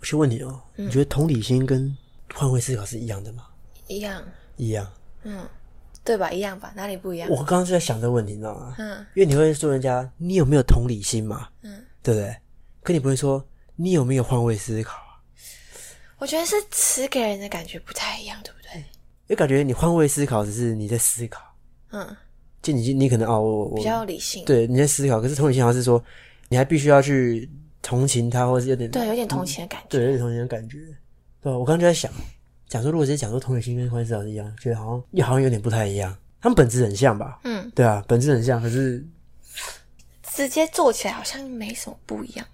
我先问你哦，你觉嗯得同理心跟换位思考是一样的吗？一样，一样。对吧？一样吧？哪里不一样我？刚刚就在想这个问题，你知道吗？嗯因为你会说人家你有没有同理心嘛，嗯，对不对？可你不会说你有没有换位思考啊，我觉得是词给人的感觉不太一样，对不对？因为感觉你换位思考只是你在思考，嗯，就你你可能哦，我比我较理性，对你在思考，可是同理心好像是说你还必须要去同情他，或是有点对，有点同情的感觉。对有点同情的感觉，对吧？我刚刚就在想，讲说如果直接讲说同理心跟换位思考是一样，觉得好像又好像有点不太一样，他们本质很像吧？嗯，对啊，本质很像，可是直接做起来好像没什么不一样。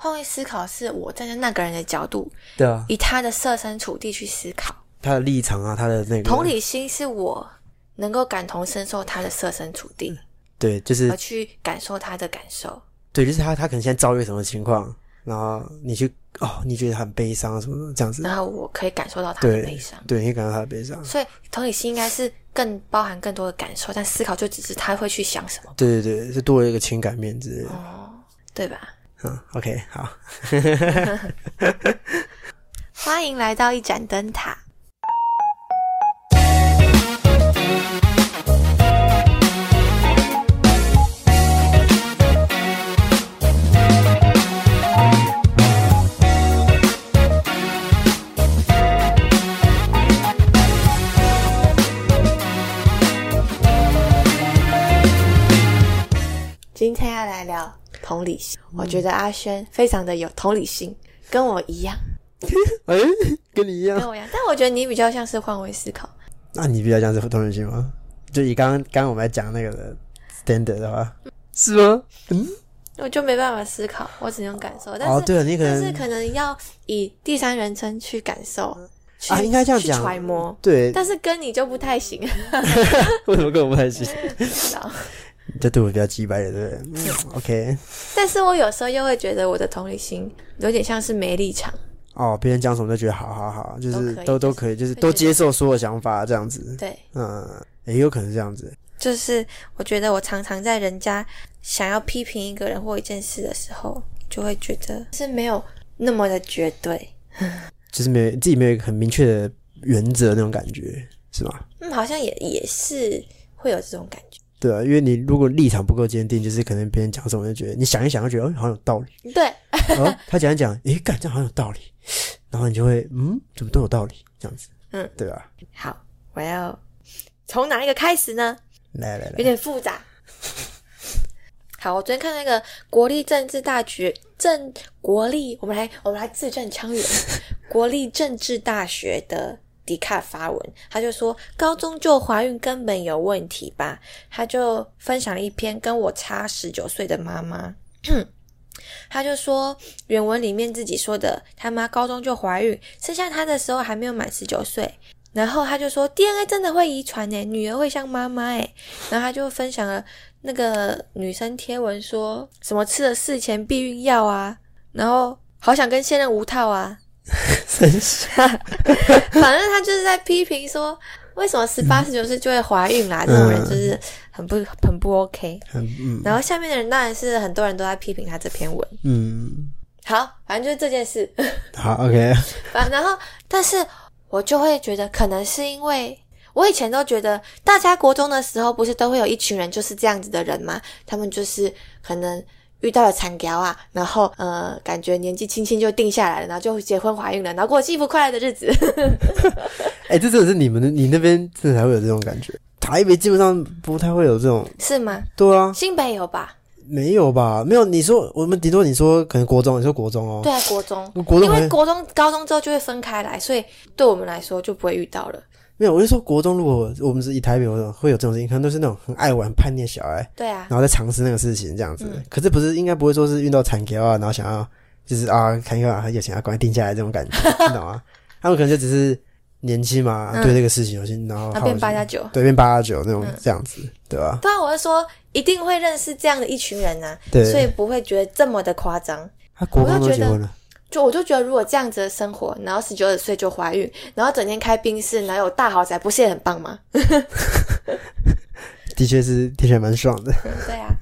换位思考是我站在那个人的角度，对啊，以他的设身处地去思考；他的立场啊，他的那个同，理心是我能够感同身受他的设身处地，对，就是而去感受他的感受。对，就是他他可能现在遭遇什么情况，然后你去哦，你觉得他很悲伤什么的这样子，然后我可以感受到他的嗯对悲伤。对，你可以感到他的悲伤，所以同理心应该是更包含更多的感受，但思考就只是他会去想什么，对对对，是多了一个情感面之类的。对吧？嗯，OK，好， 欢迎来到一盏灯塔。今天要来聊同理心，我觉得阿轩非常的有同理心，跟我一样。哎、跟你一样跟，我一样，但我觉得你比较像是换位思考。那你比较像是同理心吗？就以刚刚刚刚我们在讲那个的 standard 的话，是吗？嗯，我就没办法思考，我只能感受。但是，哦，对了，你可但是能可能要以第三人称去感受，去啊应该这样讲去揣摩。对，但是跟你就不太行， 啊为什么跟我不太行？知道你这对我比较鸡掰了，对不对、嗯、？OK， 但是我有时候又会觉得我的同理心有点像是没立场，哦，别人讲什么都觉得好好好，就是都可以都就都是可以，就是会都觉接受所有想法这样子，对，嗯，也有可能是这样子，就是我觉得我常常在人家想要批评一个人或一件事的时候，就会觉得是没有那么的绝对，就是没有自己没有一个很明确的原则那种感觉，是吗？嗯，好像也也是会有这种感觉。对啊，因为你如果立场不够坚定，就是可能别人讲什么就觉得你想一想就觉得，哦，好像有 道理。对，哦，他讲一讲，诶，干这样好像有道理，然后你就会，嗯，怎么都有道理这样子。嗯，对啊吧？好，我要从哪一个开始呢？来来有来，点 复杂。好，我昨天看那个国立政治大学政国立，我们来我们来字正腔圆，国立政治大学的迪卡发文，他就说高中就怀孕根本有问题吧，他就分享了一篇跟我差十九岁的妈妈。他就说，原文里面自己说的，他妈高中就怀孕，生下他的时候还没有满十九岁。然后他就说，DNA 真的会遗传呢，女儿会像妈欸妈诶。然后他就分享了那个女生贴文说，什么吃了事前避孕药啊，然后好想跟现任无套啊，真是反正他就是在批评说，为什么十八十九岁就会怀孕啊啦？这种人就是很不很不 OK。很 嗯然后下面的人当然是很多人都在批评他这篇文。嗯，好，反正就是这件事。好，OK，反然后，但是我就会觉得，可能是因为我以前都觉得，大家国中的时候不是都会有一群人就是这样子的人吗？他们就是可能遇到了惨条啊，然后呃，感觉年纪轻轻就定下来了，然后就结婚怀孕了，然后过幸福快乐的日子。 哎、这真的是你们的，你那边真的才会有这种感觉。台北基本上不太会有这种，是吗？对啊，新北有吧？没有吧？没有，你说我们顶多你说可能国中，你说国中哦，对啊，国中，国中因好为像国中、高中之后就会分开来，所以对我们来说就不会遇到了。没有，我就说国中如果我们是以台北为种会有这种事情，可能都是那种很爱玩、叛逆小孩，对啊，然后再尝试那个事情这样子。嗯可是不是应该不会说是运到产条啊，然后想要就是啊，看一看啊，有钱啊，赶快定下来这种感觉，你懂吗？他们可能就只是年轻嘛，嗯对这个事情有心，然后那好变奇八加九。嗯对变八九那种这样子，对吧？对啊，我是说一定会认识这样的一群人呐、对所以不会觉得这么的夸张。他国我中就都觉结得婚了，就我就觉得，如果这样子的生活，然后十九岁就怀孕，然后整天开宾室，然后有大豪宅，不是也很棒吗？的确是的确蛮爽的。 对啊，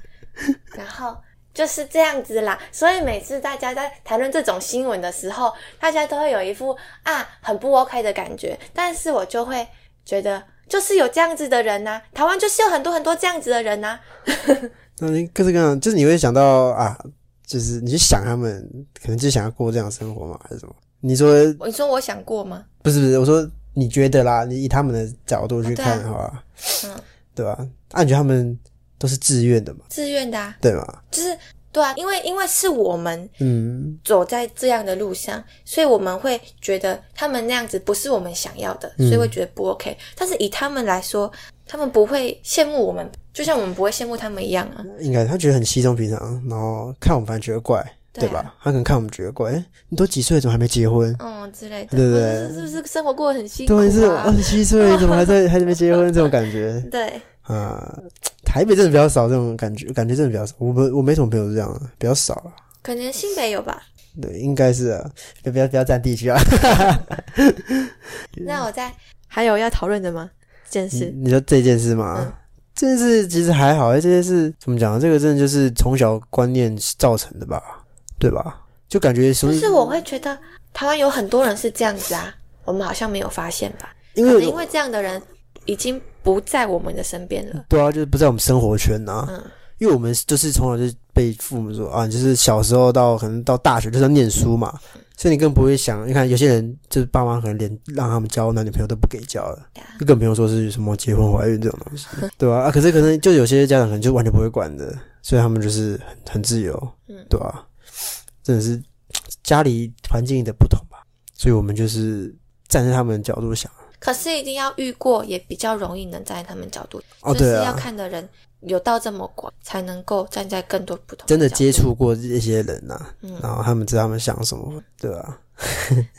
然后就是这样子啦。所以每次大家在谈论这种新闻的时候，大家都会有一副啊很不 OK 的感觉，但是我就会觉得。就是有这样子的人呐、啊台湾就是有很多很多这样子的人啊呐、那你各式各样，就是你会想到啊，就是你去想他们，可能就想要过这样的生活嘛，还是什么？你说你说我想过吗？不是不是，我说你觉得啦，你以他们的角度去看啊的话，嗯对吧、啊，你觉得他们都是自愿的嘛，自愿的、啊，对吗？就是对啊，因为因为是我们嗯，走在这样的路上，所以我们会觉得他们那样子不是我们想要的，嗯所以会觉得不 OK。但是以他们来说，他们不会羡慕我们，就像我们不会羡慕他们一样啊。应该他觉得很稀松平常，然后看我们反而觉得怪，对啊对吧？他可能看我们觉得怪，哎、你都几岁了，怎么还没结婚？嗯，之类的，对对哦是不是生活过得很辛苦对，是我啊二？十七岁，怎么还在还没结婚？这种感觉对，啊、台北真的比较少这种感觉，感觉真的比较少。我们我没什么朋友是这样，的，比较少啊。可能新北有吧。对，应该是啊，不要不要占地区啊。嗯那我在还有要讨论的吗？这件你事，你说这件事吗？嗯这件事其实还好，哎这件事怎么讲呢？这个真的就是从小观念造成的吧，对吧？就感觉什就么？是我会觉得台湾有很多人是这样子啊，我们好像没有发现吧？因可为能因为这样的人已经不在我们的身边了。对啊，就是不在我们生活圈呐、啊。嗯因为我们就是从小就被父母说啊，你就是小时候到可能到大学就是要念书嘛，所以你更不会想。你看有些人就是爸妈可能连让他们交男女朋友都不给交了，就更不用说是什么结婚怀孕这种东 西，对吧、啊？可是可能就有些家长可能就完全不会管的，所以他们就是很很自由，嗯对吧、真的是家里环境的不同吧，所以我们就是站在他们的角度想。可是一定要遇过，也比较容易能站在他们角度，哦，就是对要啊，看的人有到这么广，才能够站在更多不同真的角度接。触过这些人呐、嗯然后他们知道他们想什么，对吧、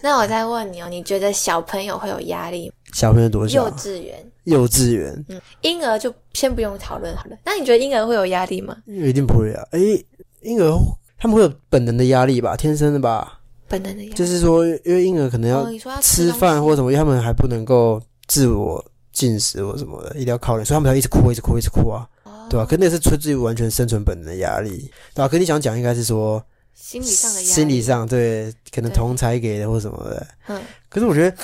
那我再问你哦，你觉得小朋友会有压力吗？小朋友多小幼啊？稚园、幼稚园婴儿就先不用讨论好了。那你觉得婴儿会有压力吗？一定不会啊！诶，婴儿他们会有本能的压力吧，天生的吧？本能的压力。就是说，因为婴儿可能哦、要你说要吃东饭西或什么，因为他们还不能够自我进食或什么的，一定要靠人，所以他们要一直哭，一直哭，一直哭啊，哦对吧、可那是出自于完全生存本能的压力，对吧、可你想讲应该是说心理上的压力，心理上对，可能对同才给的或什么的。嗯，可是我觉得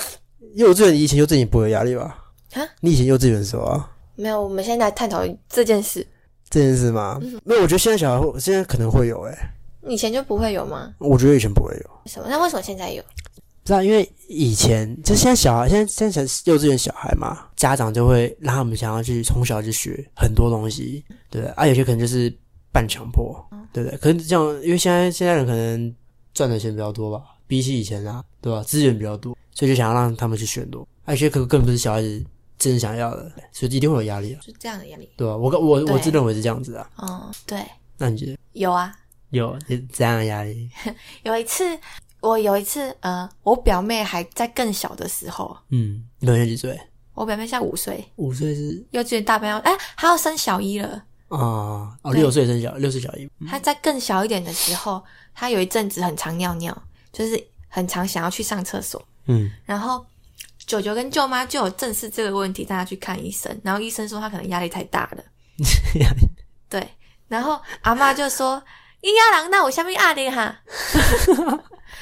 幼稚园以前幼稚园不会有压力吧啊？你以前幼稚园的时候啊？没有。我们现在来探讨这件事，这件事吗？没有，我觉得现在小孩会，现在可能会有诶、你以前就不会有吗？我觉得以前不会有，为什么？那为什么现在有？不是啊，因为以前就现在小孩，现在现在小幼稚园小孩嘛，家长就会让他们想要去从小去学很多东西，对不对啊，有些可能就是半强迫，对不对？可是这样，因为现在现在人可能赚的钱比较多吧，比起以前啊，对吧？资源比较多，所以就想要让他们去选多，啊，有些可更不是小孩子真正想要的，所以一定会有压力啊，就这样的压力。对吧、我我我对自认为是这样子啊，哦，对，那你觉得有啊。有怎样的压力？有一次，我有一次，呃，我表妹还在更小的时候，嗯，你们现在几岁？我表妹现在五岁，五岁是幼稚园大班要，哎，她要升小一了。啊，哦，对六岁生小，六岁小一，她在更小一点的时候，她有一阵子很常尿尿，就是很常想要去上厕所。 嗯，然后舅舅跟舅妈就有正视这个问题，带她去看医生。然后医生说她可能压力太大了，对。然后阿妈就说：“ 伊亚郎，那我下面压力 哈。”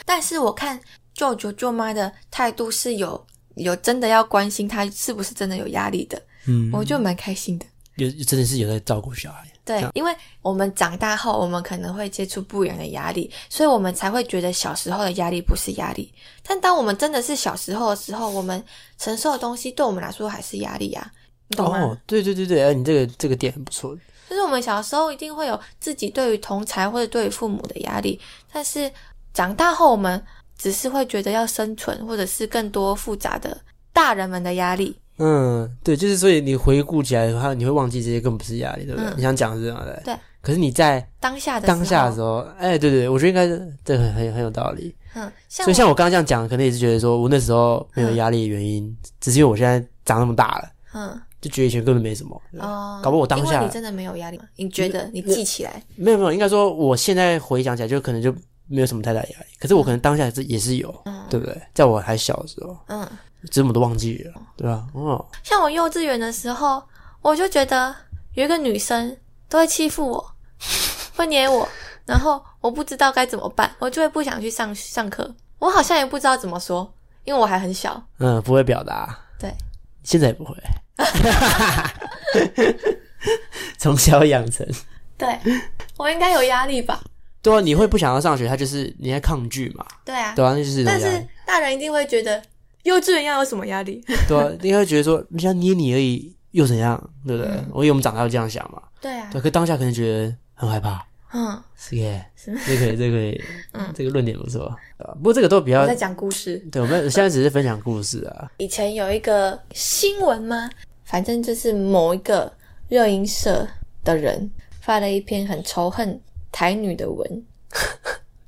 但是我看舅舅舅妈的态度是有有真的要关心她是不是真的有压力的，嗯，我就蛮开心的。有真的是有在照顾小孩，对，因为我们长大后，我们可能会接触不一样的压力，所以我们才会觉得小时候的压力不是压力。但当我们真的是小时候的时候，我们承受的东西对我们来说还是压力啊，你懂吗？哦，对对对对，哎，你这个这个点很不错，就是我们小时候一定会有自己对于同才或者对于父母的压力，但是长大后我们只是会觉得要生存，或者是更多复杂的大人们的压力。嗯，对，就是所以你回顾起来的话，你会忘记这些根本不是压力，对不对？嗯你想讲的是这样的，对。可是你在当下的当下的时时候，候，哎，对对，我觉得应该是这很很很有道理。嗯，像所以像我刚刚这样讲，可能也是觉得说我那时候没有压力的原因，只是因为我现在长那么大了，嗯就觉得以前根本没什么。哦，搞不好我当因为下你真的没有压力吗？你觉得你记起来？没有没有，应该说我现在回想起来，就可能就没有什么太大压力。可是我可能当下是也是有，嗯对不对？在我还小的时候，嗯，只是我们都忘记了，对吧、哦，像我幼稚园的时候， 我就觉得有一个女生都会欺负我，会捏我，然后我不知道该怎么办，我就会不想去上上课。我好像也不知道怎么说，因为我还很小。嗯，不会表达，对，现在也不会， 从小养成。对， 我应该有压力吧？对啊，你会不想要上学，他就是你在抗拒嘛，对啊，对啊，那就是一种但压是力，大人一定会觉得幼稚园要有什么压力？对啊，你会觉得说人家捏你而已，又怎样，对不对？嗯我以为我们长大就这样想嘛，对啊对，，可当下可能觉得很害怕，嗯，是耶，是这可以，这可以， 嗯，这个论点不错，对吧不过这个都比较我在，讲故事。对，我们现在只是分享故事啊，以前有一个新闻吗？反正就是某一个热音社的人发了一篇很仇恨台女的文，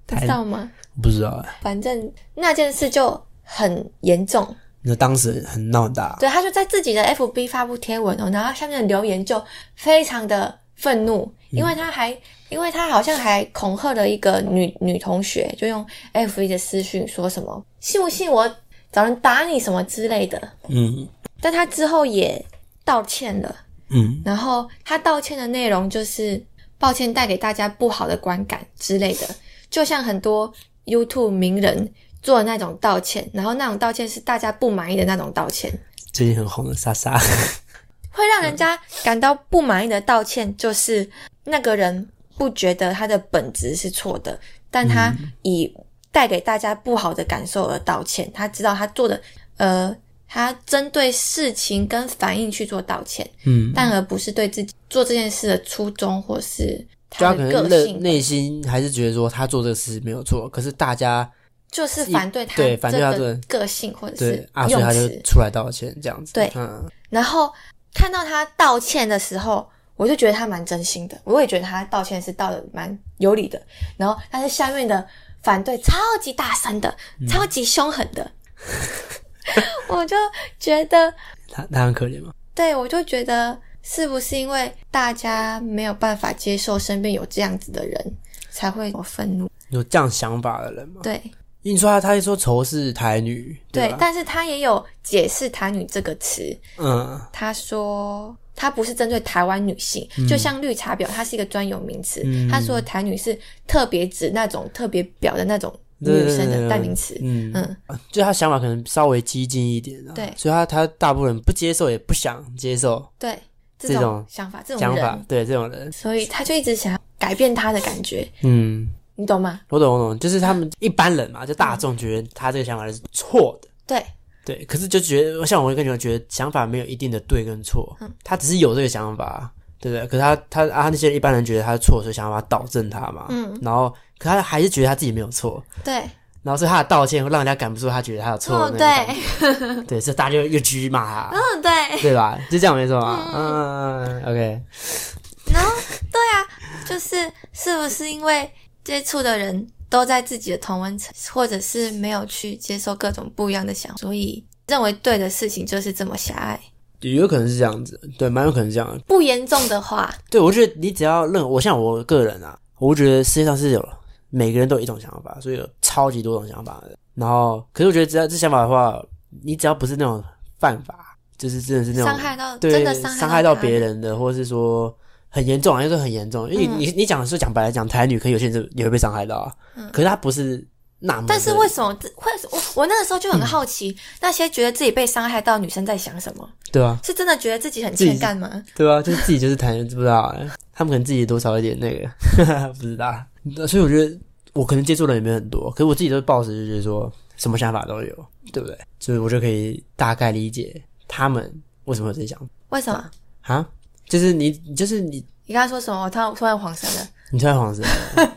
你知道吗？不知道哎，反正那件事就很严重，那当时很闹大，对，他就在自己的 FB 发布贴文哦，然后下面的留言就非常的愤怒，因为他还，因为他好像还恐吓了一个女女同学，就用 FB 的私讯说什么信不信我找人打你什么之类的，嗯但他之后也道歉了，嗯，然后他道歉的内容就是抱歉带给大家不好的观感之类的，就像很多 YouTube 名人做的那种道歉，然后那种道歉是大家不满意的那种道歉。最近很红的莎 莎，会让人家感到不满意的道歉，就是那个人不觉得他的本质是错的，但他以带给大家不好的感受而道歉。他知道他做的，呃，他针对事情跟反应去做道歉，嗯，但而不是对自己做这件事的初衷或是就他他可的能个内性，内心还是觉得说他做这个事没有错，可是大家就是反对他对反对他这个的个性或者对是啊，所以用他就词。出来道歉这样子。对嗯，然后看到他道歉的时候，我就觉得他蛮真心的，我也觉得他道歉是道的蛮有理的。然后，但是下面的反对超级大声的，嗯超级凶狠的， 我就觉得，他他很可怜嘛。对我就觉得，是不是因为大家没有办法接受身边有这样子的人，才会有愤怒？有这样想法的人嘛？对因为你说他，他一说仇视台女，对吧？但是他也有解释“台女”这个词，嗯，他说他不是针对台湾女性，就像绿茶婊，它是一个专有名词。嗯他说的台女是特别指那种特别婊的那种女生的代名词。嗯嗯，就他想法可能稍微激进一点啊。对所以他他大部分人不接受，也不想接受对，这这种种想法，这种想法人，，对这种人，所以他就一直想要改变他的感觉，嗯，你懂吗？我懂我懂，就是他们一般人嘛，就大众觉得他这个想法是错的。对对，可是就觉得像我跟你们觉得想法没有一定的对跟错，嗯他只是有这个想法，对不对？可是他他啊那些一般人觉得他是错，所以想要把他导正他嘛，嗯，然后可他还是觉得他自己没有错，对，然后所以他的道歉会让人家感不出他觉得他有错哦的那种对，感觉，对，所以大家就又继续骂他，嗯对，对吧？就这样没错嘛，嗯，OK，然后对啊，就是是不是因为接触的人都在自己的同温层，或者是没有去接受各种不一样的想法，所以认为对的事情就是这么狭隘。也有可能是这样子，对，蛮有可能是这样的。不严重的话，对，我觉得你只要认我，像我个人啊，我觉得世界上是有每个人都有一种想法，所以有超级多种想法的。然后，可是我觉得只要这想法的话，你只要不是那种犯法，就是真的是那种伤害到对真的伤伤害到他别，人的，或是说很严重啊，应该说很严重。因为你、你你讲是讲白来讲，台女可能有些人是也会被伤害到啊，可是他不是那么的，但是为什么这会？我我那个时候就很好奇，嗯那些觉得自己被伤害到的女生在想什么？对啊，是真的觉得自己很己欠干吗？对啊，就是自己就是谈，知不知道欸？他们可能自己多少有点那个， 不知道。所以我觉得我可能接触的人也没有很多，可是我自己都是抱着就是说什么想法都有，对不对？所以我就可以大概理解他们为什么有这些想法为什么？啊。就是你，就是你，你刚才说什么？我突然突然恍神了。你突然 恍神了。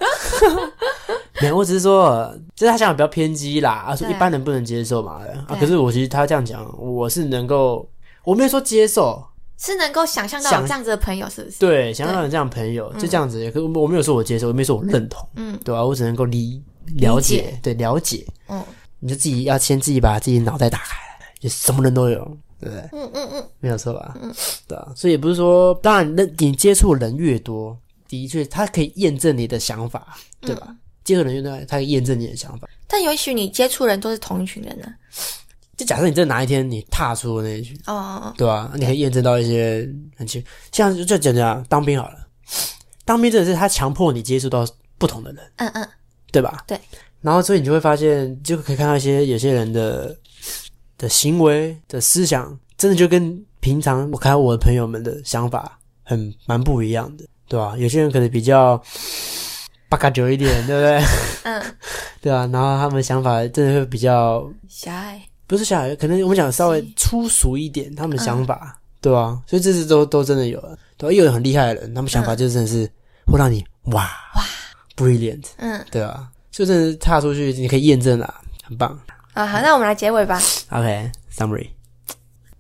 没有，我只是说，就是他想法比较偏激啦，啊，说对一般人不能接受嘛。啊对，可是我其实他这样讲，我是能够，我没有说接受，是能够想象到有想这样子的朋友，是不是？对，嗯想要让你这样的朋友，就这样子。可我没有说我接受，我没有说我认同，嗯对吧、啊我只能够理了解，解对了解。嗯你就自己要先自己把自己脑袋打开来，就什么人都有，对不对？嗯嗯嗯，没有错吧？嗯，对啊。所以也不是说，当然，那你接触人越多，的确，他可以验证你的想法，对吧？接触人越多，他可以验证你的想法。但也许你接触人都是同一群人呢、就假设你真的哪一天你踏出了那一群，哦，对啊，你可以验证到一些很奇，像就讲讲当兵好了，当兵真的是他强迫你接触到不同的人，嗯嗯，对吧？对。然后所以你就会发现，就可以看到一些有些人的的行为的思想，真的就跟平常我看我的朋友们的想法很蛮不一样的，对吧？有些人可能比较八嘎九一点，对不对？嗯，对啊，然后他们想法真的会比较狭隘，不是小孩，可能我们讲稍微粗俗一点，他们的想法，对啊，所以这次都都真的有了，对、啊，也有很厉害的人，他们想法就真的是会让你哇哇 brilliant，嗯对啊，所以真的是踏出去，你可以验证啦，很棒。啊，好，那我们来结尾吧。 OK，summary，、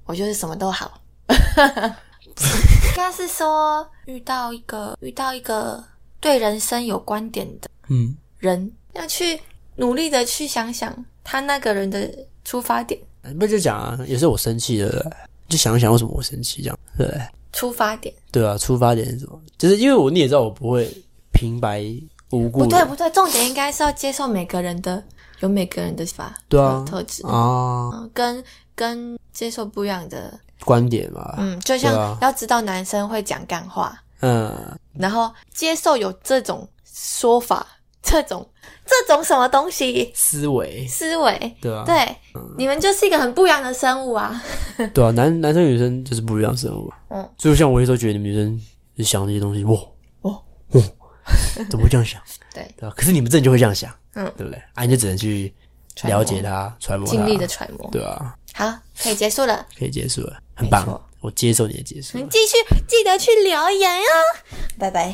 我就是什么都好， 应该是说遇到一个遇到一个对人生有观点的嗯，人，要去努力的去想想他那个人的出发点，不就讲啊，有时候我生气了，对不对就想想为什么我生气，这样对不对出发点对啊，出发点是什么？就是因为我你也知道，我不会平白无故不的对不对，重点应该是要接受每个人的有每个人的法对啊特特质，啊嗯，跟跟接受不一样的，观点嘛，嗯，就对像啊要知道男生会讲干话，嗯然后接受有这种说法，这种这种什么东西思维，思维，对啊，对，你们就是一个很不一样的生物啊。对啊，男男生女生就是不一样生活。嗯，所以像我有时候觉得你们女生就想这些东西，哇哇哇，怎么会这样想？对，对吧？啊可是你们真的就会这样想，嗯，对不对？啊，你就只能去揣摩了解他，揣摩他，尽力的揣摩。对啊，好，可以结束了，可以结束了，很没棒错，我接受你的结束你。们继续记得去留言哦，拜拜。